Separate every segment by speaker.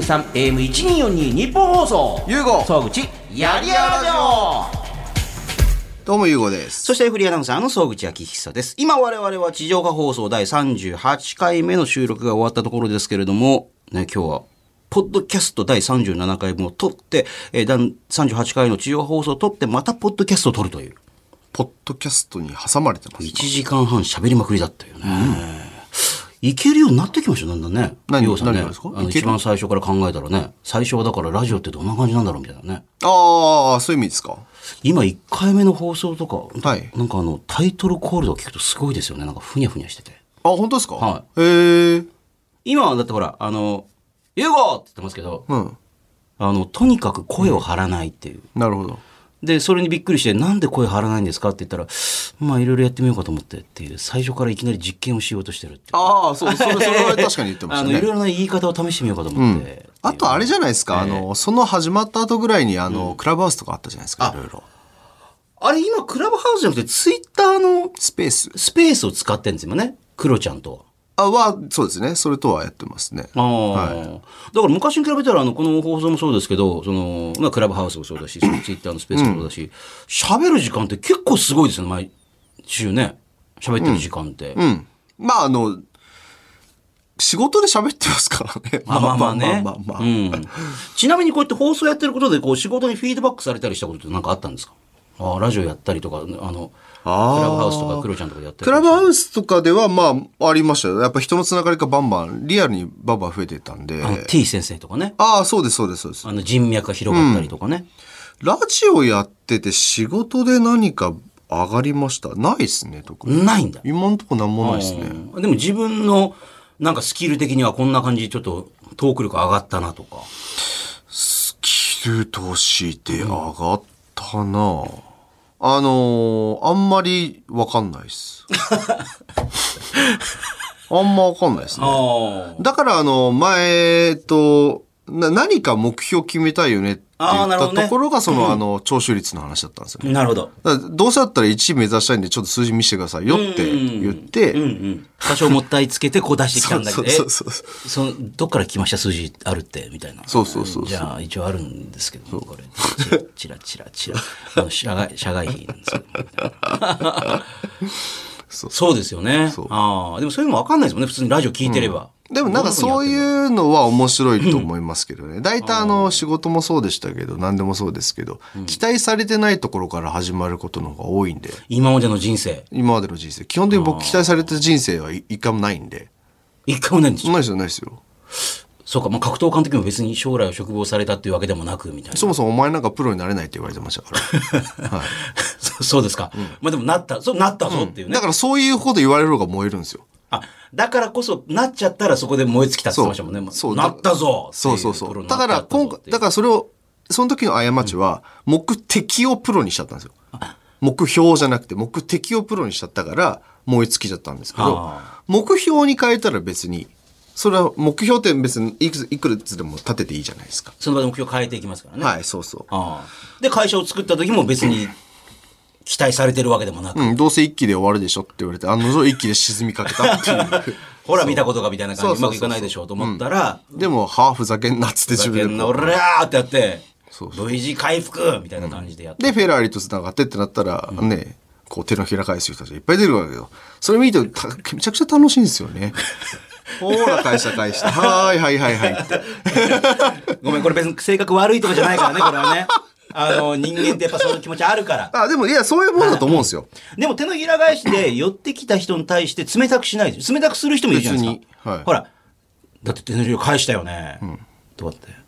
Speaker 1: FM93AM1242 日本放送
Speaker 2: ゆうご
Speaker 1: 総口やりやらじょ
Speaker 2: どうもゆうごです。
Speaker 1: そしてフリーアナウンサーの総口昭久です今我々は地上波放送第38回目の収録が終わったところですけれどもね今日はポッドキャスト第37回分を撮って、えー、だん38回の地上波放送を撮って、またポッドキャストを撮るという。
Speaker 2: ポッドキャストに挟まれてます。
Speaker 1: 1時間半喋りまくりだったよね。いけるようになってきましたよだんだんね。
Speaker 2: 何
Speaker 1: ようさんね
Speaker 2: 何がですか
Speaker 1: あの
Speaker 2: いける
Speaker 1: 一番最初から考えたらね、最初はだからラジオってどんな感じなんだろうみたいなね。
Speaker 2: ああ、そういう意味ですか。
Speaker 1: 今1回目の放送とか、
Speaker 2: はい
Speaker 1: なんかあのタイトルコールとか聞くとすごいですよね。なんかふにゃふにゃしてて。
Speaker 2: あ、本当ですか
Speaker 1: は
Speaker 2: へえ。
Speaker 1: 今はだってほら、あの、ゆうごって言ってますけど、
Speaker 2: うん。
Speaker 1: あの、とにかく声を張らないっていう。
Speaker 2: なるほど。
Speaker 1: で、それにびっくりして、なんで声張らないんですかって言ったら、まあいろいろやってみようかと思ってっていう、最初からいきなり実験をしようとしてるっていう
Speaker 2: ああ、そう、そ れ、それは確かに言ってまし
Speaker 1: あ
Speaker 2: た
Speaker 1: の、いろい
Speaker 2: ね。
Speaker 1: ろな言い方を試してみようかと思って。
Speaker 2: あとあれじゃないですか、あの、その始まった後ぐらいに、あの、クラブハウスとかあったじゃないですか、いろいろ。
Speaker 1: あれ今、クラブハウスじゃなくて、ツイッターの
Speaker 2: スペース。
Speaker 1: スペースを使ってんですよね。クロちゃんとは。
Speaker 2: あ、は、そうですね。それとはやってますね。
Speaker 1: ああ、だから昔に比べたら、あの、この放送もそうですけど、その、まあ、クラブハウスもそうだし、そのツイッターのスペースもそうだし、喋、る時間って結構すごいですよね、毎週ね。喋ってる時間って。
Speaker 2: うん。まあ、あの、仕事で喋ってますからね。
Speaker 1: まあまあまあね
Speaker 2: まあまあまあ。
Speaker 1: うん。ちなみにこうやって放送やってることで、こう仕事にフィードバックされたりしたことって何かあったんですかああ、ラジオやったりとか、あの、
Speaker 2: あー
Speaker 1: クラブハウスとかクロちゃんとかでやって
Speaker 2: クラブハウスとかでは、まあ、ありましたよ。やっぱ人のつながりがバンバン、リアルにバンバン増えていったんで
Speaker 1: あ。の T 先生とかね。
Speaker 2: ああ、そうです、そうです、そうです。
Speaker 1: あの人脈が広がったりとかね。
Speaker 2: ラジオやってて仕事で何か上がりましたないですね、特に。
Speaker 1: ないんだ。
Speaker 2: 今んとこなんもないですね。
Speaker 1: うんでも自分のなんかスキル的にはこんな感じでちょっとトーク力上がったなとか。
Speaker 2: キル投資で上がったなぁあのー、あんまりわかんないっ す。あんまわかんないですね。
Speaker 1: あ
Speaker 2: だから、あの、前、えっと、な何か目標決めたいよねって言
Speaker 1: あー
Speaker 2: っ
Speaker 1: なる
Speaker 2: た
Speaker 1: ほどね
Speaker 2: ところが、その、あの、徴収率の話だったんですよね。
Speaker 1: なるほど。
Speaker 2: だからどうせだったら1位目指したいんで、ちょっと数字見せてくださいよって言って、
Speaker 1: うんうん。多少もったいつけてこう出してきたんだけ
Speaker 2: そ
Speaker 1: ど。
Speaker 2: うそうそうそう。
Speaker 1: えそのどっから来ました数字あるってみたいな。
Speaker 2: そうそうそうそう
Speaker 1: じゃあ一応あるんですけどもこれ。チラチラチラチラ。あの社外社外費なんですけどもみたいな
Speaker 2: そう
Speaker 1: そうですよね。ああでもそういうのわかんないですもんね。普通にラジオ聞いてれば。
Speaker 2: でもなんかそう
Speaker 1: う
Speaker 2: いうのは面白いと思いますけどね。大体あの仕事もそうでしたけど、何でもそうですけど、期待されてないところから始まることの方が多いんで、
Speaker 1: 今までの人生
Speaker 2: 今までの人生。基本的に僕期待された人生はい一回もないんで。
Speaker 1: 一回もないんですよ
Speaker 2: ないですよ、ないですよ。
Speaker 1: そうか、まあ、格闘家の時も別に将来を嘱望されたっていうわけでもなくみたいな。
Speaker 2: そもそもお前なんかプロになれないって言われてましたから。
Speaker 1: そそうですか。まあでもなった、そうなったぞっていうね。
Speaker 2: だからそういうこと言われる方が燃えるんですよ。
Speaker 1: あ、だからこそなっちゃったらそこで燃え尽きたって言ってましたもんね。
Speaker 2: そう
Speaker 1: なったぞ
Speaker 2: そうそうそう。だ
Speaker 1: だ
Speaker 2: か
Speaker 1: から
Speaker 2: ら今回、だからそれを、その時の過ちは、目的をプロにしちゃったんですよ。目標じゃなくて、目的をプロにしちゃったから、燃え尽きちゃったんですけど
Speaker 1: あ、
Speaker 2: 目標に変えたら別に、それは目標って別にいくついくつでも立てていいじゃないですか。
Speaker 1: その場で目標を変えていきますからね。
Speaker 2: はい、そうそ
Speaker 1: ああで、会社を作った時も別に期待されてるわけでもなく、
Speaker 2: う。うん、どうせ一気で終わるでしょって言われて、あの定一気で沈みかけたってい う。
Speaker 1: ほら見たことがみたいな感じでう
Speaker 2: そ
Speaker 1: ま
Speaker 2: うそ
Speaker 1: く
Speaker 2: うそうそう
Speaker 1: いかないでしょうと思ったら、
Speaker 2: でも、はあ、ふざけんなっつって自
Speaker 1: ふざけ
Speaker 2: 分で
Speaker 1: んな
Speaker 2: こう
Speaker 1: おらーってやって、
Speaker 2: そう
Speaker 1: V 字回復みたいな感じでやって。
Speaker 2: で、フェラーリと繋がってってなったら、ね、こう手のひら返す人たちがいっぱい出るわけだけど、それ見るとためちゃくちゃ楽しいんですよ ね。ほら、返した返した。はーい、はい、はい、はいって。
Speaker 1: ごめん、これ別に性格悪いとかじゃないからね、これはね。あの、人間ってやっぱそういう気持ちあるから。
Speaker 2: あ、でも、いや、そういうもんだと思うんです よ。
Speaker 1: でも手のひら返しで寄ってきた人に対して冷たくしないですよ冷たくする人もいるじゃないです
Speaker 2: 別
Speaker 1: か。
Speaker 2: にはい
Speaker 1: ほら、だって手のひら返したよね。どうやって。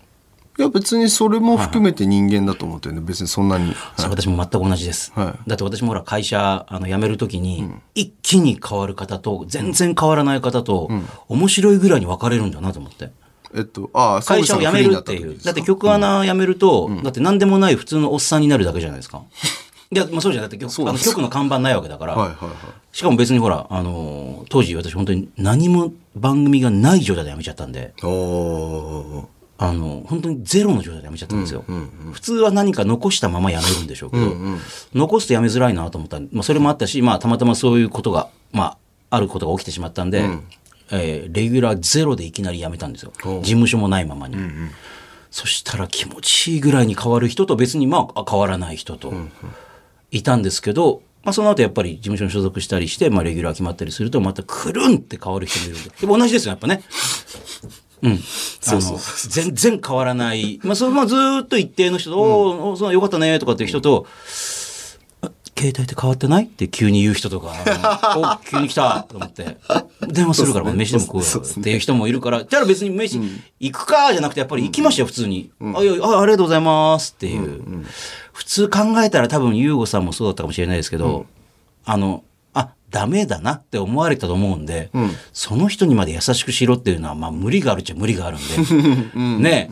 Speaker 2: いや、別にそれも含めて人間だと思ってるんで、別にそんなに。
Speaker 1: それ私も全く同じです。
Speaker 2: は
Speaker 1: だって私もほら会社あの辞めるときに、一気に変わる方と全然変わらない方と、面白いぐらいに分かれるんだなと思って。
Speaker 2: えっと、ああ、
Speaker 1: 会社を辞めるっていう。だって曲穴辞めると、だって何でもない普通のおっさんになるだけじゃないです か。いや、まあそうじゃなくて曲あの局の看板ないわけだから、
Speaker 2: はい、はい、はい。
Speaker 1: しかも別にほら、あのー当時私本当に何も番組がない状態で辞めちゃったんで、
Speaker 2: おー。
Speaker 1: あのー本当にゼロの状態で辞めちゃったんですよ。普通は何か残したまま辞めるんでしょうけど、残すと辞めづらいなと思ったんでまあそれもあったし、まあたまたまそういうことが、まああることが起きてしまったんで、えーレギュラーゼロでいきなり辞めたんですよ。事務所もないままに。そしたら気持ちいいぐらいに変わる人と別にまあ変わらない人といたんですけど、まあその後やっぱり事務所に所属したりして、まあレギュラー決まったりするとまたくるんって変わる人もいるんで。でも同じですよ、やっぱね。うん。あの全然変わらない。まあそれもずーっと一定の人と、おーおーそうよかったねとかっていう人と、携帯って変わってないって急に言う人と か、あのお急に来たと思って、電話するから、飯でも食おうよっていう人もいるから、じゃあ別に飯行くかじゃなくて、やっぱり行きましたよ、普通に。あいやあ、ありがとうございますっていう。普通考えたら多分、ゆうごさんもそうだったかもしれないですけど、あの、あ、ダメだなって思われたと思うんで、その人にまで優しくしろっていうのは、まあ無理があるっちゃ無理があるんで、ね、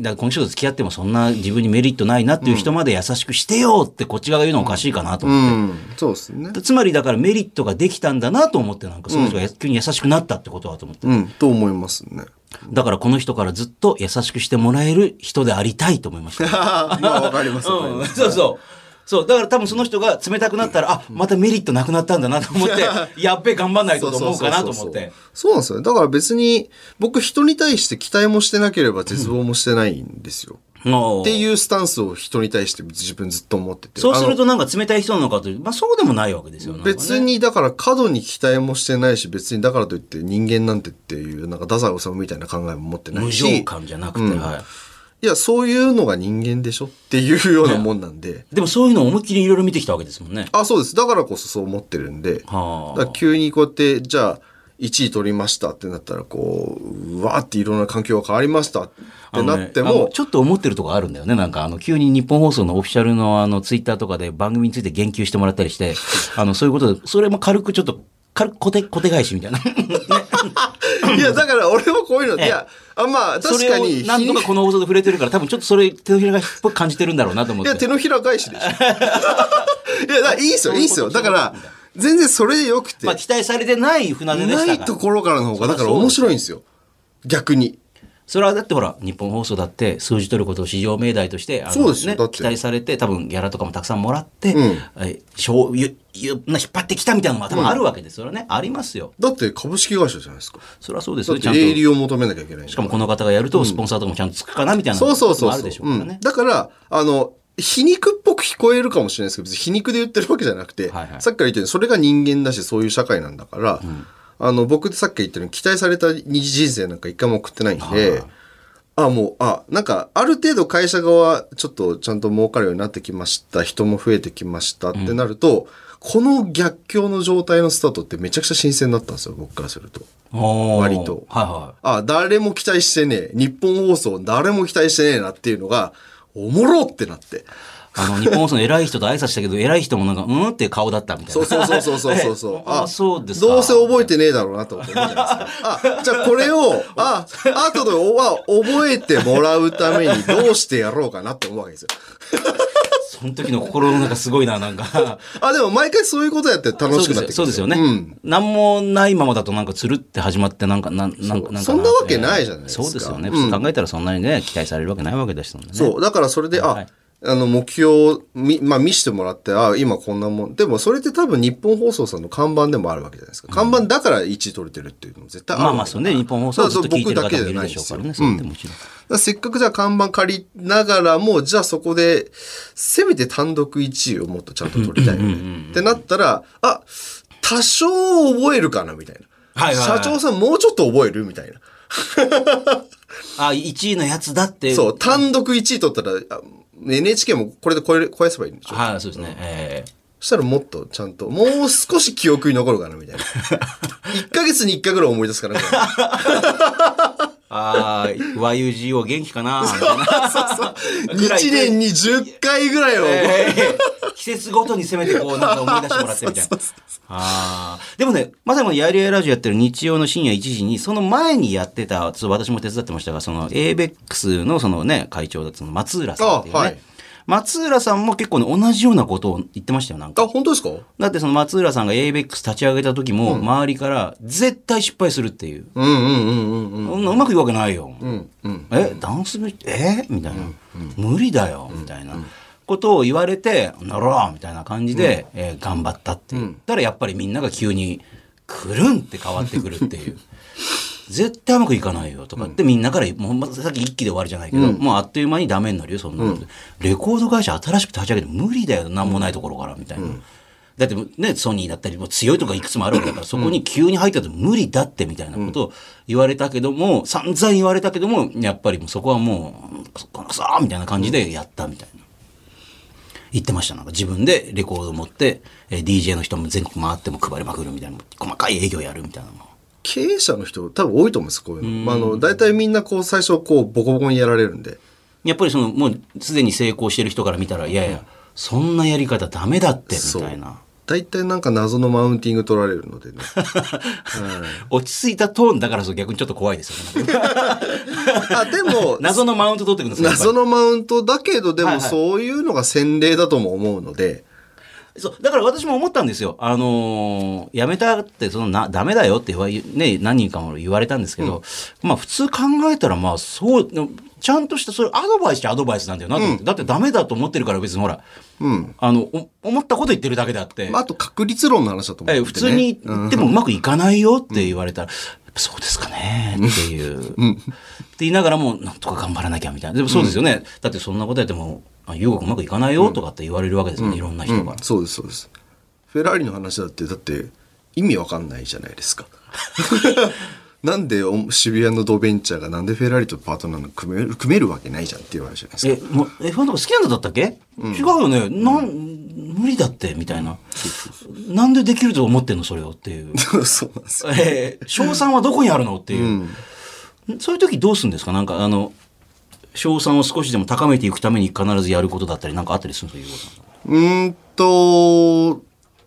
Speaker 1: だからこの人と付き合ってもそんな自分にメリットないなっていう人まで優しくしてよってこっち側が言うのはおかしいかなと思って。
Speaker 2: うん。そうですね。
Speaker 1: つまりだからメリットができたんだなと思ってなんかその人がや急に優しくなったってことだと思って、
Speaker 2: うん。と思います ね。
Speaker 1: だからこの人からずっと優しくしてもらえる人でありたいと思いました、
Speaker 2: まあ、わかります。わかり
Speaker 1: う
Speaker 2: ま
Speaker 1: ん、
Speaker 2: す
Speaker 1: そうそうそうだから多分その人が冷たくなったらあまたメリットなくなったんだなと思って やっべ頑張んないとと思うかなと思って。
Speaker 2: そうなんですよね。だから別に、僕人に対して期待もしてなければ絶望もしてないんですよ。
Speaker 1: っ
Speaker 2: って
Speaker 1: う
Speaker 2: いうスタンスを人に対して自分ずっと思ってて。
Speaker 1: そうす
Speaker 2: あの
Speaker 1: るとなんか冷たい人なのかというまあそうでもないわけですよなんかね
Speaker 2: 別に、だから過度に期待もしてないし、別にだからといって人間なんてっていう、なんか太宰治みたいな考えも持ってな
Speaker 1: 無
Speaker 2: いし、
Speaker 1: 情感じゃなくて、
Speaker 2: うん
Speaker 1: はい
Speaker 2: や、そういうのが人間でしょっていうようなもんなんで、
Speaker 1: いでもそういうのを思いっきりいろいろ見てきたわけですもんね
Speaker 2: あ、そうです。だからこそそう思ってるんで、
Speaker 1: は
Speaker 2: だから急にこうやって、じゃあ、1位取りましたってなったら、こう、うわーっていろんな環境が変わりましたってなって
Speaker 1: あのねあの
Speaker 2: も、
Speaker 1: ちょっと思ってるとこあるんだよね。なんか、あの、急に日本放送のオフィシャルの、あの、ツイッターとかで番組について言及してもらったり して、あの、そういうことで、それも軽くちょっと、軽く小手、小手返しみたいな。
Speaker 2: いや、だから俺はこういうの、
Speaker 1: ええ
Speaker 2: いや、あまあ、
Speaker 1: そ
Speaker 2: 確
Speaker 1: れ
Speaker 2: か
Speaker 1: を
Speaker 2: に、
Speaker 1: 何度かこの放送で触れてるから、多分ちょっとそれ、手のひら返しっぽく感じてるんだろうなと思
Speaker 2: い
Speaker 1: っ
Speaker 2: や、
Speaker 1: て。
Speaker 2: 手のひら返し でしょ。いや、だからいいっすよ、いいっすよ。だから、全然それでよくて
Speaker 1: まあ、、期待されてない船出でした
Speaker 2: な
Speaker 1: が
Speaker 2: いところからの方が、だから面白いんですよ。逆に。
Speaker 1: それはだってほら、日本放送だって数字取ることを市場命題として、あの
Speaker 2: そうですよだって
Speaker 1: 期待されて、多分ギャラとかもたくさんもらって、
Speaker 2: うん
Speaker 1: え賞ゆゆな引っ張ってきたみたいなのが多分あるわけです。それはね、ありますよ。
Speaker 2: だって株式会社じゃないですか。
Speaker 1: それはそうです
Speaker 2: だ
Speaker 1: よ
Speaker 2: っ
Speaker 1: ね、
Speaker 2: て営利を求めなきゃいけない
Speaker 1: しかもこの方がやるとスポンサーとかもちゃんとつくかなみたいな
Speaker 2: そうそう
Speaker 1: の
Speaker 2: そう
Speaker 1: もある
Speaker 2: そう
Speaker 1: でしょうから
Speaker 2: う
Speaker 1: ね
Speaker 2: ん。。だから、あの、皮肉っぽく聞こえるかもしれないですけど、別に皮肉で言ってるわけじゃなくて、
Speaker 1: はいはい
Speaker 2: さっきから言ったように、それが人間だし、そういう社会なんだから、あの、僕さっき言ったように、期待された二次人生なんか一回も送ってないんで、あ、もう、あ、なんか、ある程度会社側、ちょっとちゃんと儲かるようになってきました、人も増えてきましたってなると、この逆境の状態のスタートってめちゃくちゃ新鮮だったんですよ、僕からすると。
Speaker 1: おー
Speaker 2: 割と
Speaker 1: はいは
Speaker 2: あ、誰も期待してねえ。日本放送誰も期待してねえなっていうのが、おもろってなって。
Speaker 1: い。あの、日本放送の偉い人と挨拶したけど、偉い人もなんか、うんっていう顔だったみたいな。
Speaker 2: そうそうそうそうそうそう そ
Speaker 1: え
Speaker 2: う。
Speaker 1: あそうですか
Speaker 2: どうせ覚えてねえだろうなと思って思うじゃないですか。あ、じゃあこれ を、あ、後でおわ覚えてもらうためにどうしてやろうかなって思うわけですよ。
Speaker 1: その時の心の中すごいな、な んか。
Speaker 2: あ、でも毎回そういうことやって楽しくなってくるん
Speaker 1: そうですよね。
Speaker 2: うん。
Speaker 1: 何もないままだとなんかつるって始まってなんか、なんなんか
Speaker 2: う
Speaker 1: なんか。
Speaker 2: そんなわけないじゃないですか
Speaker 1: そうですよね。
Speaker 2: うん
Speaker 1: 普通考えたらそんなにね、期待されるわけないわけでしたもんね。
Speaker 2: そう。だからそれで、あ、
Speaker 1: はい
Speaker 2: あの、目標をみ、まあ、見してもらって、あ、今こんなもん。でも、それって多分日本放送さんの看板でもあるわけじゃないですか。看板だから1位取れてるっていうのも絶対ある
Speaker 1: まあまあ、そうね。日本放送はずっと聞いてる方もいるでしょうからね。そううんやっ
Speaker 2: だか
Speaker 1: てもちろん。
Speaker 2: らせっかくじゃあ看板借りながらも、じゃあそこで、せめて単独1位をもっとちゃんと取りたいよね。ってなったら、あ、多少覚えるかな、みたいな。
Speaker 1: はいはいはい
Speaker 2: 社長さんもうちょっと覚えるみたいな。
Speaker 1: あ、1位のやつだって。
Speaker 2: そう、単独1位取ったら、あ NHK もこれで超える超えせばいいんでしょ
Speaker 1: はい、そうですね。ええ。
Speaker 2: そしたらもっとちゃんと、もう少し記憶に残るかな、み たいな。1ヶ月に1回ぐらい思い出すかな、みたいな。
Speaker 1: ああ、YUGO 元気かなみたいなぐらい
Speaker 2: 1年に10回ぐらいは覚え
Speaker 1: えー季節ごとにせめてこうなんか思い出してもらってみたいな。あーでもね、まさにこのやりやいラジオやってる日曜の深夜1時に、その前にやってた、ちょっと私も手伝ってましたが、その ABEX のそのね、会長だったその松浦さんっていうね。
Speaker 2: あはい
Speaker 1: 松浦さんも結構ね、同じようなことを言ってましたよ、なんか。
Speaker 2: あ、本当ですか
Speaker 1: だってその松浦さんが ABEX 立ち上げた時も、周りから絶対失敗するっていう。
Speaker 2: うんうんうんうんうん。
Speaker 1: そんなうまくいくわけないよ。
Speaker 2: うんうん。
Speaker 1: えダンスの人えみたいな、無理だよみたいなことを言われて「なら」みたいな感じで、えー頑張ったって言ったらやっぱりみんなが急にくるんって変わってくるっていう絶対うまくいかないよとかってみんなから、もうほんまさっき一気で終わりじゃないけど、もうあっという間にダメになるよそんなの、レコード会社新しく立ち上げて無理だよなんもないところからみたいな。だってね、ソニーだったり、もう強いとかいくつもあるわけだから、そこに急に入ったと無理だってみたいなことを言われたけども、散々言われたけども、やっぱりもうそこはもう、くそこのくそーみたいな感じでやったみたいな。言ってました。なんか自分でレコード持って、えー DJ の人も全国回っても配りまくるみたいな、細かい営業やるみたいなの。
Speaker 2: 経営者の人多分多いと思うんですこういうの。まあ、あの大体みんなこう最初こうボコボコにやられるんで
Speaker 1: やっぱりその、もうすでに成功してる人から見たら、いやいや、そんなやり方ダメだって、みたいな。
Speaker 2: 大体なんか謎のマウンティング取られるの でね
Speaker 1: 落ち着いたトーンだからそう逆にちょっと怖いです よね。
Speaker 2: あでも
Speaker 1: 謎のマウント取ってくるんですよやっぱり
Speaker 2: 謎のマウントだけどでもそういうのが洗礼だとも思うので、
Speaker 1: そう、だから私も思ったんですよ。あのーやめたって、そのな、ダメだよって言わ、ね、何人かも言われたんですけど、まあ普通考えたら、まあそう、ちゃんとした、それアドバイスっちゃアドバイスなんだよなと思って、だってダメだと思ってるから別にほら、あの、お思ったこと言ってるだけだって。
Speaker 2: まあ、あと確率論の話だと思うんで、
Speaker 1: え
Speaker 2: ね、
Speaker 1: 普通に言ってもうまくいかないよって言われたら、やっぱそうですかねっていう。って言いながらも、なんとか頑張らなきゃみたいな。でもそうですよね。だってそんなことやっても、あ優吾君うまくいかないよとかって言われるわけですよね、いろんな人
Speaker 2: う
Speaker 1: が。
Speaker 2: ん、そうですそうですフェラーリの話だってだって意味わかんないじゃない ですかなんでお渋谷のドベンチャーがなんでフェラーリとパートナーの組める組めるわけないじゃんっていう話じゃないですか
Speaker 1: え、もう F1 とか好きなんだったっけ、違うよね。なん、無理だって、みたいな。なんでできると思ってんの、それをって い う。
Speaker 2: そうなんですよ
Speaker 1: えー、賞賛はどこにあるのっていう、そういう時どうするんですかなんか、あの、賞賛を少しでも高めていくために必ずやることだったり、なんかあったりするんですか
Speaker 2: うーんと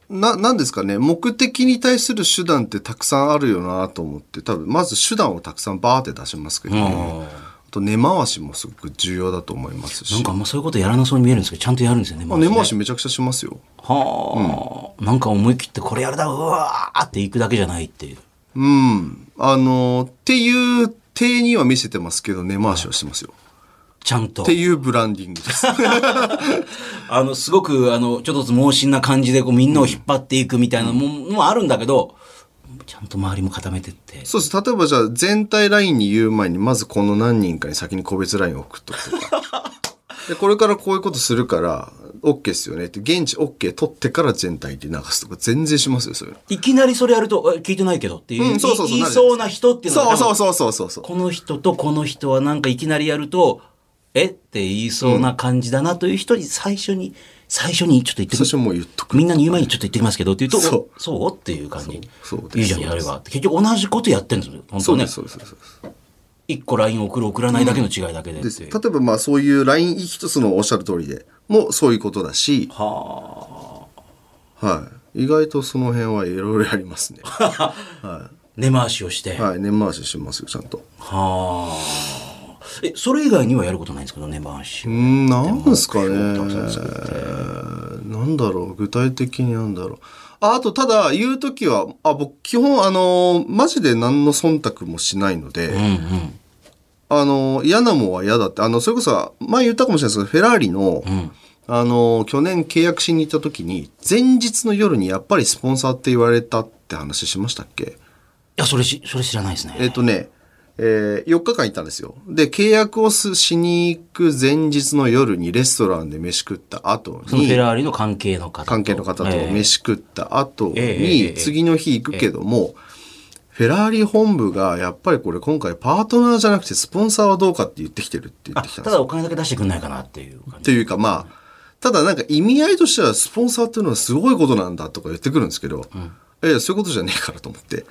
Speaker 2: ななんですかね目的に対する手段ってたくさんあるよなと思って多分まず手段をたくさんバーって出しますけど、
Speaker 1: ん
Speaker 2: あと根回しもすごく重要だと思います
Speaker 1: なん
Speaker 2: し
Speaker 1: かあんまそういうことやらなそうに見えるんですけど、ちゃんとやるんですよね。ま
Speaker 2: あ
Speaker 1: ずね
Speaker 2: 根回しめちゃくちゃしますよ
Speaker 1: はあ、なんか思い切ってこれやるだ、うわーっていくだけじゃないっていう。
Speaker 2: うんあのっていう体には見せてますけど根回しはしてますよ
Speaker 1: ちゃんと
Speaker 2: って。いうブランディングです
Speaker 1: あの、すごく、あの、ちょっとずつ猛進な感じで、こう、みんなを引っ張っていくみたいなもんもあるんだけど、ちゃんと周りも固めてって。
Speaker 2: そうです例えばじゃあ全体ラインに言う前にまずこの何人かに先に個別ラインを送っとくとかでこれからこういうことするから OK ですよねって現地 OK 取ってから全体で流すとか全然しますよそういうの
Speaker 1: いきなりそれやると、え聞いてないけどっていう、
Speaker 2: うんそうそうそう
Speaker 1: い言いそうな人っていうの
Speaker 2: そ
Speaker 1: が、
Speaker 2: うそう
Speaker 1: 多分
Speaker 2: そうそうそうそう
Speaker 1: この人とこの人はなんかいきなりやると、えって言いそうな感じだなという人に最初に、最初にちょっと言って
Speaker 2: 最
Speaker 1: く
Speaker 2: 初もう言っとく
Speaker 1: みんなに言う前にちょっと言ってきますけどって言うと、
Speaker 2: そ
Speaker 1: そう
Speaker 2: う
Speaker 1: そうっていう感じ。
Speaker 2: そうそうです
Speaker 1: いいじゃん、やればって。結局同じことやってるんですよ。本
Speaker 2: そ
Speaker 1: 当
Speaker 2: うで
Speaker 1: ね
Speaker 2: す。そうですそうです
Speaker 1: 一個 LINE 送る送らないだけの違いだけでって
Speaker 2: です
Speaker 1: いう。
Speaker 2: 例えばまあそういうライン一つのおっしゃる通りでもそういうことだしはい意外とその辺はいろいろありますね
Speaker 1: 根回しをして。
Speaker 2: はい根回ししますよちゃんと
Speaker 1: はあ。え、それ以外にはやることないんですけどね、回し
Speaker 2: う。んなんですかね
Speaker 1: たくさん作って
Speaker 2: なんだろう具体的になんだろうああとただ言う時はあ僕基本あのマジで何の忖度もしないので、
Speaker 1: うんうん。
Speaker 2: あの嫌なもんは嫌だってあのそれこそ前言ったかもしれないですけどフェラーリの、あの去年契約しに行った時に前日の夜にやっぱりスポンサーって言われたって話しましたっけ
Speaker 1: いや、それし、それ知らないですね。
Speaker 2: えっ、とね、えー、4日間行ったんですよ。で、契約をすしに行く前日の夜にレストランで飯食った後
Speaker 1: そのフェ
Speaker 2: に、
Speaker 1: ラーリの関係の方と。
Speaker 2: 関係の方と
Speaker 1: ええ
Speaker 2: 飯食った後
Speaker 1: ええええ
Speaker 2: に、次の日行くけども、フェラーリ本部がやっぱりこれ今回パートナーじゃなくてスポンサーはどうかって言ってきてるって言
Speaker 1: あ、
Speaker 2: ってきたん
Speaker 1: た
Speaker 2: です
Speaker 1: だ
Speaker 2: よ。
Speaker 1: お金だけ出してくんないかなっていう感じ。
Speaker 2: というかまあ、ただなんか意味合いとしてはスポンサーっていうのはすごいことなんだとか言ってくるんですけど、いやいやそういうことじゃねえからと思って。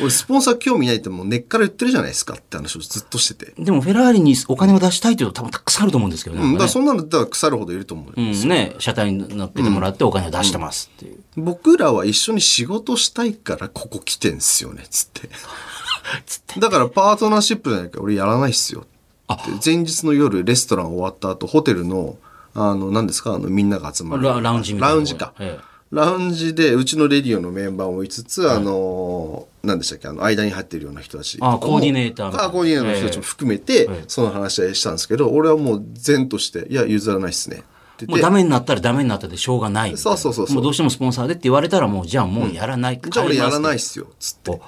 Speaker 2: 俺スポンサー興味ないってもう根っから言ってるじゃないですかって話をずっとしてて。
Speaker 1: でもフェラーリにお金を出したいというと多分たくさんあると思うんですけどね。
Speaker 2: うん、だから
Speaker 1: なんかね
Speaker 2: そんなのだから腐るほどいると思う、
Speaker 1: うんね、車体に乗っけてもらってお金を出してますっていう。
Speaker 2: 僕らは一緒に仕事したいからここ来てんすよねっつって
Speaker 1: つって。
Speaker 2: だからパートナーシップじゃないから俺やらないっすよって前日の夜レストラン終わった後ホテルのあの何ですかあのみんなが集まる
Speaker 1: ララウンジみたいな
Speaker 2: ラウンジか、
Speaker 1: ええ
Speaker 2: ラウンジでうちのレディオのメンバーもいつつ、あの何でしたっけあの間に入ってるような人たち
Speaker 1: あコーディネーターみたいな
Speaker 2: あコーディネーターの人たちも含めて、
Speaker 1: ええ
Speaker 2: その話はしたんですけど俺はもう善としていや譲らないっすねって
Speaker 1: も
Speaker 2: 言っ
Speaker 1: う
Speaker 2: て
Speaker 1: ダメになったらダメになったでしょうがないみたい
Speaker 2: そう
Speaker 1: な
Speaker 2: そうそうそう
Speaker 1: もうどうしてもスポンサーでって言われたらもうじゃあもうやらない、
Speaker 2: じゃあ俺やらない
Speaker 1: い
Speaker 2: っすよっつって
Speaker 1: お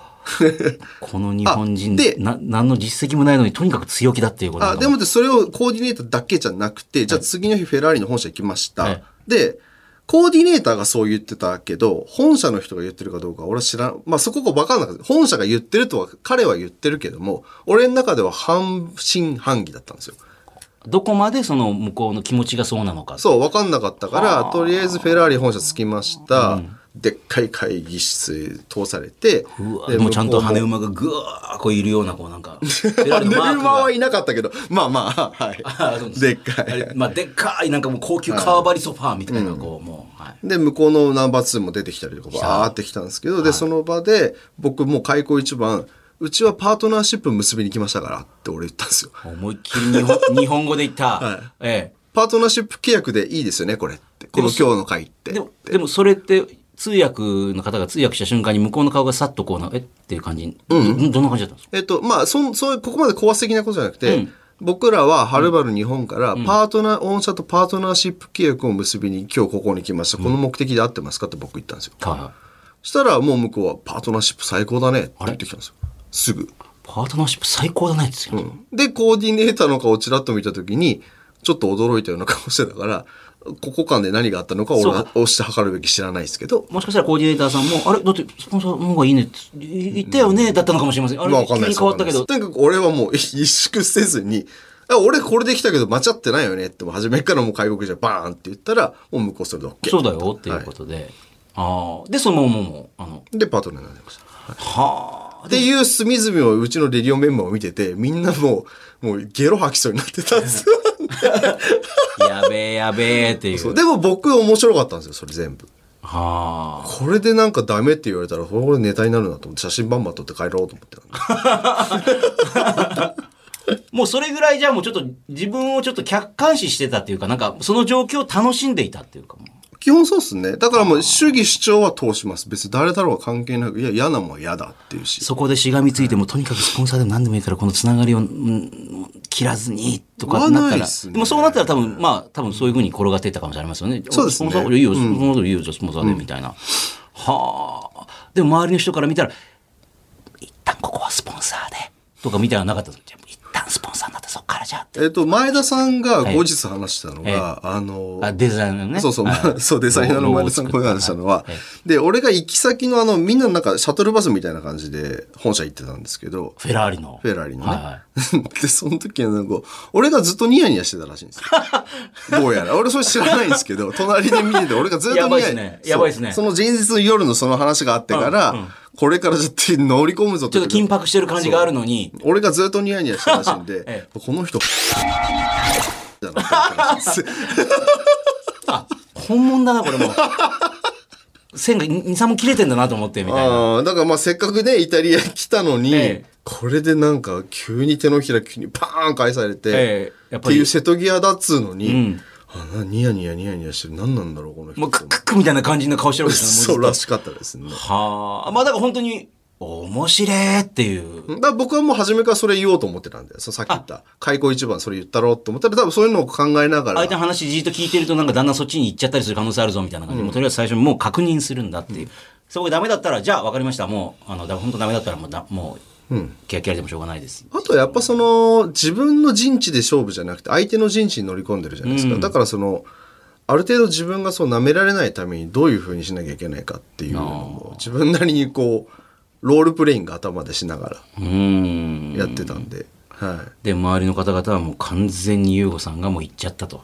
Speaker 1: この日本人
Speaker 2: あで
Speaker 1: な、何の実績もないのにとにかく強気だっていうこと
Speaker 2: あ、でもってそれをコーディネーターだけじゃなくて、じゃあ次の日フェラーリの本社行きました。
Speaker 1: はい
Speaker 2: で、コーディネーターがそう言ってたけど、本社の人が言ってるかどうか俺は知らん。まあそこが分かんなかった。本社が言ってるとは、彼は言ってるけども、俺の中では半信半疑だったんですよ。
Speaker 1: どこまでその向こうの気持ちがそうなのか。
Speaker 2: そう、分かんなかったから、とりあえずフェラーリ本社着きました。でっかい会議室へ通されて、
Speaker 1: うわ
Speaker 2: で
Speaker 1: でもちゃんと
Speaker 2: 向こ
Speaker 1: 羽馬がぐわーこういるような、こ うなんか、フェラー
Speaker 2: う
Speaker 1: リの
Speaker 2: も
Speaker 1: マ
Speaker 2: 羽
Speaker 1: ーク
Speaker 2: 生
Speaker 1: が
Speaker 2: はいなかったけど、まあまあ、はい。
Speaker 1: あそうす
Speaker 2: でっかい
Speaker 1: あれまあ、でっかい、なんかもう高級革張りソファーみたいな、こう、もう、はい。
Speaker 2: で、向こうのナンバー2も出てきたりとか、バーってきたんですけど、で、その場で、僕もう開口一番、うちはパートナーシップ結びに来ましたからって俺言ったんですよ。
Speaker 1: 思いっきり日本日本語で言った。え
Speaker 2: パートナーシップ契約でいいですよね、これって。この今日の会って
Speaker 1: え。で。も、でもそれって、通訳の方が通訳した瞬間に向こうの顔がさっとこうな、えっていう感じに、どんな感じだったんですか
Speaker 2: えっと、まあ、そん、そういう、ここまで高圧的なことじゃなくて、僕らははるばる日本から、パートナー、御社とパートナーシップ契約を結びに今日ここに来ました。この目的で合ってますかって僕言ったんですよ。
Speaker 1: はいはい
Speaker 2: そしたらもう向こうは、パートナーシップ最高だねって言ってきたんですよ。すぐ。
Speaker 1: パートナーシップ最高だねって言ってた
Speaker 2: で、コーディネーターの顔をちらっと見たときに、ちょっと驚いたような顔してたから、ここ間で何があったのか俺は押して測るべき知らないですけど、
Speaker 1: もしかしたらコーディネーターさんも、あれだってスポンサーの方がいいねって言ったよね、だったのかもしれません。あれ、
Speaker 2: まあわかん
Speaker 1: 急
Speaker 2: ないで
Speaker 1: に
Speaker 2: す。
Speaker 1: 変わったけど
Speaker 2: わ、かんないですとにかく俺はもう 萎縮せずに、あ俺これできたけど間違ってないよねって、もう初めからもう外国じゃバーンって言ったら、もう向こうそれで OK。
Speaker 1: そうだよっていうことで。ああ。で、そのままもう、あの、
Speaker 2: で、パートナーになりました。
Speaker 1: はあ。
Speaker 2: っていう隅々をうちのレディオメンバーを見てて、みんなもう、もうゲロ吐きそうになってたんですよ。
Speaker 1: やべえやべえっていう。
Speaker 2: そうでも僕面白かったんですよ、それ全部。
Speaker 1: はあ。
Speaker 2: これでなんかダメって言われたら、これネタになるなと思って、写真バンバン撮って帰ろうと思ってたんで。
Speaker 1: もうそれぐらいじゃあもうちょっと自分をちょっと客観視してたっていうか、なんかその状況を楽しんでいたっていうかもう。
Speaker 2: 基本そうっすね。だからもう主義主張は通します。別に誰だろうが関係なく、いや、嫌なもんは嫌だっていうし。
Speaker 1: そこでしがみついても、とにかくスポンサーでも何でもいいから、このつながりを、うん切らずに、とか
Speaker 2: 言
Speaker 1: な
Speaker 2: わな
Speaker 1: った
Speaker 2: い
Speaker 1: ら、
Speaker 2: っすね
Speaker 1: でもそうなったら多分、まあ、多分そういうふうに転がっていったかもしれませんよね。
Speaker 2: そうですね
Speaker 1: スポンサーいいよ、スポンサーでいいよ、じゃあスポンサーで、みたいな。はあ。でも周りの人から見たら、一旦ここはスポンサーで、とかみたいなのなかったんですよ。じゃあ一旦スポンサーになったらそっからじゃあって。
Speaker 2: えっと、前田さんが後日話したのが、あの、
Speaker 1: あデザイナーのね。
Speaker 2: そうそう、
Speaker 1: はい
Speaker 2: まあ そう、デザイナーの前田さんが声がしたのは、で、俺が行き先のあの、みんななんかシャトルバスみたいな感じで本社行ってたんですけど、
Speaker 1: フェラーリの。
Speaker 2: フェラーリのね。
Speaker 1: はいは
Speaker 2: で、その時はなんか、俺がずっとニヤニヤしてたらしいんです よ。どうやら。俺それ知らないんですけど、隣で見てて、俺がずっとニヤ
Speaker 1: やばいっすね
Speaker 2: そう
Speaker 1: やばいっすね
Speaker 2: その前日の夜のその話があってから、これからちょっと乗り込むぞって
Speaker 1: ちょっと緊迫してる感じがあるのに、
Speaker 2: 俺がずっとニヤニヤしてたらしいんで、
Speaker 1: え
Speaker 2: この人、だなって 思ったらしいです
Speaker 1: あ、本物だな、これもう。線が2、3も切れてんだなと思って、みたいな。
Speaker 2: あーだからまあせっかくね、イタリア来たのに、
Speaker 1: ええ
Speaker 2: これでなんか急に手のひら急にパーン返されて、
Speaker 1: ええやっ
Speaker 2: っ
Speaker 1: ぱ
Speaker 2: て
Speaker 1: り
Speaker 2: いう瀬戸際だっつうのに、
Speaker 1: ん
Speaker 2: あなニヤニヤニヤニヤしてる何なんだろうこの人
Speaker 1: もうクックックみたいな感じの顔してるわけです
Speaker 2: そ
Speaker 1: よ
Speaker 2: う
Speaker 1: ねも
Speaker 2: ら
Speaker 1: うずっ
Speaker 2: しかったですねだか
Speaker 1: と。はあ。まあだから本当に、面白えっていう。
Speaker 2: ら僕はもう初めからそれ言おうと思ってたんでそのさっき言った開口一番それ言ったろうと思ったら多分そういうのを考えながら
Speaker 1: 相手の話じーっと聞いてるとなんかだんだんそっちに行っちゃったりする可能性あるぞみたいな感じで、もうとりあえず最初にもう確認するんだっていう。そこでダメだったら、じゃあ分かりました。もう、あの、だ本当ダメだったらもうだ、もう、キラキラでもしょうがないです。
Speaker 2: あとやっぱその自分の陣地で勝負じゃなくて相手の陣地に乗り込んでるじゃないですか、だからそのある程度自分がそう舐められないためにどういうふうにしなきゃいけないかっていうのも自分なりにこうロールプレイング頭でしなが
Speaker 1: うーん。
Speaker 2: らやってたんで、はい
Speaker 1: で、周りの方々はもう完全に優吾さんがもう行っちゃったと。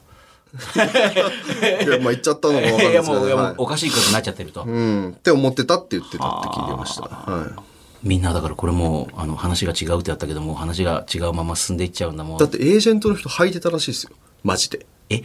Speaker 2: いや、まあ、言っちゃったのかわかんない
Speaker 1: い
Speaker 2: で
Speaker 1: や
Speaker 2: すけ
Speaker 1: もう、
Speaker 2: ど、
Speaker 1: いやも
Speaker 2: は
Speaker 1: うおかしいことになっちゃってる
Speaker 2: い、。
Speaker 1: と
Speaker 2: うん、って思ってたって言ってたって聞いてました。は
Speaker 1: みんなだからこれもうあの話が違うってやったけどもう話が違うまま進んでいっちゃうんだ
Speaker 2: い。
Speaker 1: もん
Speaker 2: だって、エージェントの人履いてたらしいですよ。マジで。
Speaker 1: え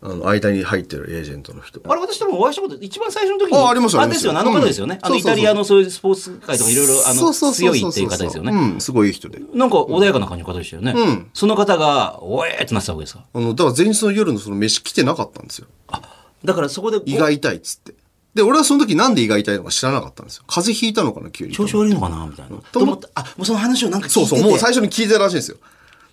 Speaker 2: あの、間に入ってるエージェントの人。
Speaker 1: あれ私多分お会いしたこと一番最初の時に
Speaker 2: あありますよ
Speaker 1: あ
Speaker 2: ありま
Speaker 1: で
Speaker 2: すす
Speaker 1: よ
Speaker 2: よ
Speaker 1: ねあの方ですよね、
Speaker 2: うん
Speaker 1: あの
Speaker 2: そう
Speaker 1: イ
Speaker 2: そうそう
Speaker 1: タリアのそういうスポーツ界とかいろいろあ
Speaker 2: そ
Speaker 1: の
Speaker 2: うそうそうそ
Speaker 1: 強
Speaker 2: う
Speaker 1: い
Speaker 2: そう
Speaker 1: っていう方ですよね、
Speaker 2: うん、すごいいい人で。
Speaker 1: なんか穏やかな感じの方でしたよね、
Speaker 2: ん
Speaker 1: その方が「おえ!」ってなってたわけですか
Speaker 2: あの、だから前日の夜のその飯来てなかったんですよ。
Speaker 1: だからそこで
Speaker 2: 胃が痛いっつって。で、俺はその時なんで胃が痛いのか知らなかったんですよ。風邪ひいたのかな、急に。
Speaker 1: 調子悪いのかなみたいなと思ってあもうその話をなんか聞いて
Speaker 2: そ
Speaker 1: て
Speaker 2: うそう、もう最初に聞いてたらしいんですよ。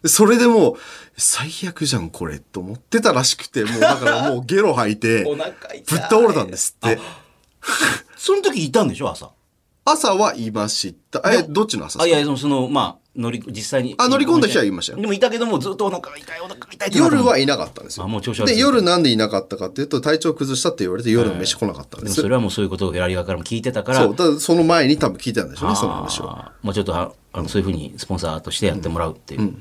Speaker 2: でそれでもう、最悪じゃん、これ、と思ってたらしくて、もう、だからもうゲロ吐いて、
Speaker 1: お腹痛い
Speaker 2: ぶっ倒れたんですって。
Speaker 1: その時いたんでしょ朝
Speaker 2: 朝は言いました。え、どっちの朝
Speaker 1: あ、
Speaker 2: で
Speaker 1: い
Speaker 2: すか
Speaker 1: や、その、そのまあ、乗り、実際に。
Speaker 2: あ乗り込んだ日は言いましたよ
Speaker 1: でもいたけども、ずっとお腹が痛い、お腹が痛いってなった
Speaker 2: 夜
Speaker 1: の
Speaker 2: はいなかったんですよ。
Speaker 1: あもう調子悪い
Speaker 2: で、夜なんでいなかったかっていうと、体調崩したって言われて夜の飯来なかったん
Speaker 1: で
Speaker 2: で
Speaker 1: も
Speaker 2: す。
Speaker 1: それはもうそういうことをギャラリアからも聞いてたから、
Speaker 2: そう、ただその前に多分聞いてたんでしょうね、その話を。
Speaker 1: あーまあちょっとああのそういうふうにスポンサーとしてやってもらうっていう、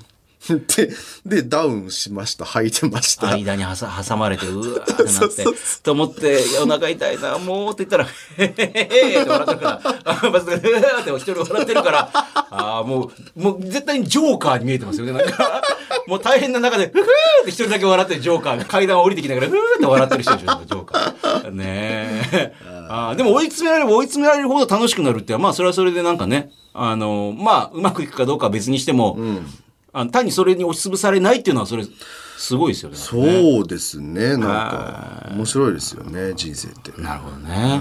Speaker 2: で、で、ダウンしました、履いてました。
Speaker 1: 間にはさ挟まれてうわーってな
Speaker 2: そ
Speaker 1: っ
Speaker 2: う
Speaker 1: て
Speaker 2: そう
Speaker 1: と思って「いやお腹痛いなもう」って言ったら「へへへへ」って笑ってるからあまずうわーって一人笑ってるからあーもうもう絶対にジョーカーに見えてますよねなんかもう大変な中で「ふふー」って一人だけ笑ってるジョーカーが階段を降りてきながら「ふー」って笑ってる人でしょジョーカーねえあーでも追い詰められる追い詰められるほど楽しくなるってまあそれはそれでなんかねあのまあうまくいくかどうかは別にしても、あの単にそれに押しつぶされないっていうのはそれすごいですよね。
Speaker 2: そうですね、なんか、面白いですよね、人生って。
Speaker 1: なるほどね。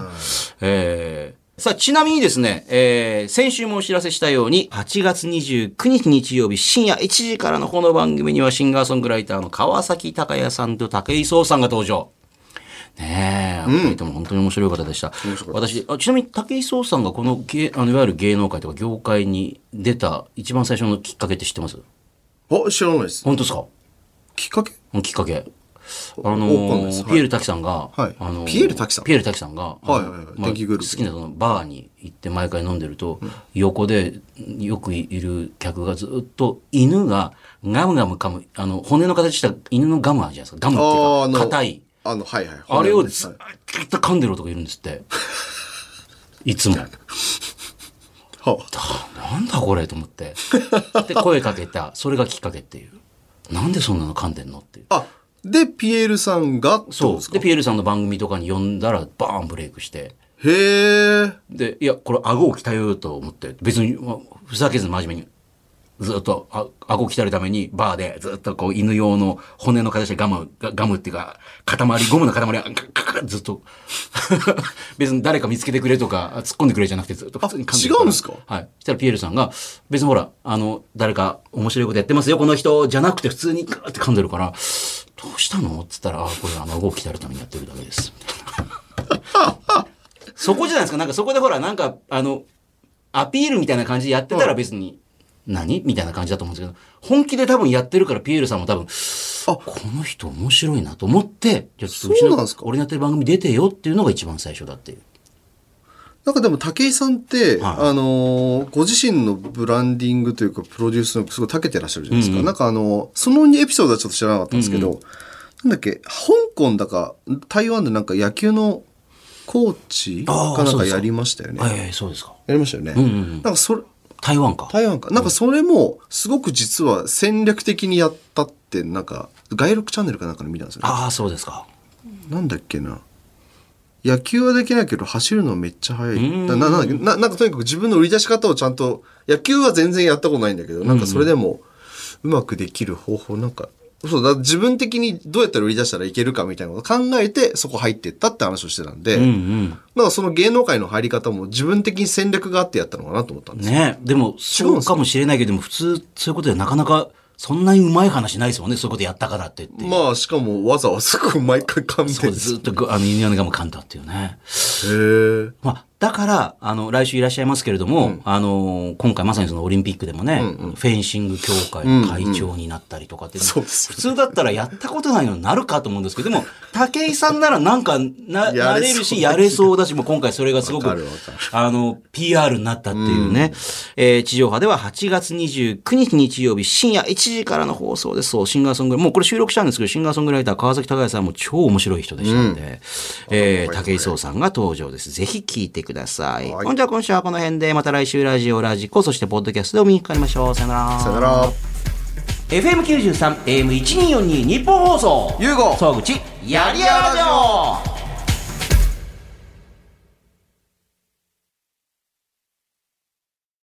Speaker 1: えーさあ、ちなみにですね、えー先週もお知らせしたように、8月29日日曜日深夜1時からのこの番組にはシンガーソングライターの川崎隆也さんと武井壮さんが登場。ねえ、お二人とも本当に面白い方でした。私あ、ちなみに武井壮さんがこの芸、あの、いわゆる芸能界とか業界に出た一番最初のきっかけって知ってます
Speaker 2: あ、知らないです。
Speaker 1: 本当ですか
Speaker 2: きっかけ
Speaker 1: きっかけ。あの
Speaker 2: わかんないです
Speaker 1: ー、
Speaker 2: はい
Speaker 1: ピエール滝さんが、
Speaker 2: はい
Speaker 1: あの
Speaker 2: ピエール瀧さん
Speaker 1: ピエール滝さんが、
Speaker 2: はいはいはい
Speaker 1: あのまあ
Speaker 2: 電気グループ
Speaker 1: 好きなそのバーに行って毎回飲んでると、横でよくいる客がずっと犬がガムガム噛む、あの、骨の形した犬のガムあるじゃないですか。ガムって
Speaker 2: あーあ
Speaker 1: いう
Speaker 2: の
Speaker 1: か、硬い。
Speaker 2: あの、はいはい。
Speaker 1: あれを
Speaker 2: 骨です
Speaker 1: ず
Speaker 2: はい
Speaker 1: っと噛んでる男がいるんですって。いつも。
Speaker 2: は
Speaker 1: なんだこれと思って。で、声かけた。それがきっかけっていう。なんでそんなの噛んでんのっていう。
Speaker 2: あ、で、ピエールさんがってこと
Speaker 1: そう
Speaker 2: ですか
Speaker 1: でピエールさんの番組とかに呼んだらバーンブレイクして
Speaker 2: へえ。
Speaker 1: でいやこれ顎を鍛えようと思って別にまあふざけずに真面目にずっとあ顎を鍛えるためにバーでずっとこう犬用の骨の形でガムガガムっていうか塊ゴムの塊がカカカずっと 別に誰か見つけてくれとか突っ込んでくれじゃなくてずっと普通に噛でるら
Speaker 2: あ違うんですか
Speaker 1: はい。そしたらピエールさんが、別にほら、あの、誰か面白いことやってますよ、この人、じゃなくて普通にガーって噛んでるから、どうしたのって言ったら、あこれあの、動き鍛えるためにやってるだけです。そこじゃないですか。なんかそこでほら、なんか、あの、アピールみたいな感じでやってたら別に、何みたいな感じだと思うんですけど、本気で多分やってるから、ピエールさんも多分、
Speaker 2: あ
Speaker 1: この人面白いなと思って、じゃあちょっとう
Speaker 2: そ
Speaker 1: ち
Speaker 2: うなん
Speaker 1: の
Speaker 2: です、か
Speaker 1: 俺のやってる番組出てよっていうのが一番最初だっていう。
Speaker 2: なんかでも武井さんって、
Speaker 1: はい
Speaker 2: あのーご自身のブランディングというかプロデュースのすごい長けてらっしゃるじゃないですか、なんかあのそのエピソードはちょっと知らなかったんですけど、なんだっけ香港だか台湾でなんか野球のコーチ
Speaker 1: あー
Speaker 2: かなん
Speaker 1: そう
Speaker 2: か
Speaker 1: です
Speaker 2: やりましたよねや
Speaker 1: ええそうですか。
Speaker 2: りましたよね、なんかそれ
Speaker 1: 台湾か。
Speaker 2: 台湾かなんかそれもすごく実は戦略的にやったってなんか外録チャンネルかなんかで見たんですよね
Speaker 1: ああ、そうですか。
Speaker 2: なんだっけな野球はできないけど走るのめっちゃ速いなななんだっけななんかとにかく自分の売り出し方をちゃんと野球は全然やったことないんだけどなんかそれでもうまくできる方法なんかそうだ自分的にどうやったら売り出したらいけるかみたいなことを考えてそこ入ってったって話をしてたんで、
Speaker 1: うんうん。
Speaker 2: なんかその芸能界の入り方も自分的に戦略があってやったのかなと思ったんです
Speaker 1: ねえでも、そうかもしれないけども、普通、そういうことでなかなか、そんなにうまい話ないですもんね。そういうことやったからってって。
Speaker 2: まあしかもわざわざこう毎回噛ん
Speaker 1: そう
Speaker 2: で
Speaker 1: ずっとぐ、あの、犬のガム噛んだっていうね。
Speaker 2: るへえ
Speaker 1: まあ、だから、あの、来週いらっしゃいますけれども、あの、今回まさにそのオリンピックでもね、フェンシング協会の会長になったりとかって、
Speaker 2: そうですよ
Speaker 1: 普通だったらやったことないのになるかと思うんですけど、でも、武井さんならなんかな、
Speaker 2: やれそ
Speaker 1: な
Speaker 2: う
Speaker 1: れるし、やれそうだし、もう今回それがすごく
Speaker 2: わかるわかる、
Speaker 1: あの、PR になったっていうね、えー地上波では8月29日日曜日深夜1時からの放送です。そう、シンガーソングライもうこれ収録したんですけど、シンガーソングライター川崎隆也さんも超面白い人でしたんで、えー武井壮さんが登場です。ぜひ聞いてください。
Speaker 2: はい
Speaker 1: ほんじゃ今週はこの辺で、また来週ラジオラジコ、そしてポッドキャストでお見にかかりましょう。さよなら。
Speaker 2: さよなら
Speaker 1: FM93AM1242 日本放送
Speaker 2: ユーゴ
Speaker 1: 総口やりやろう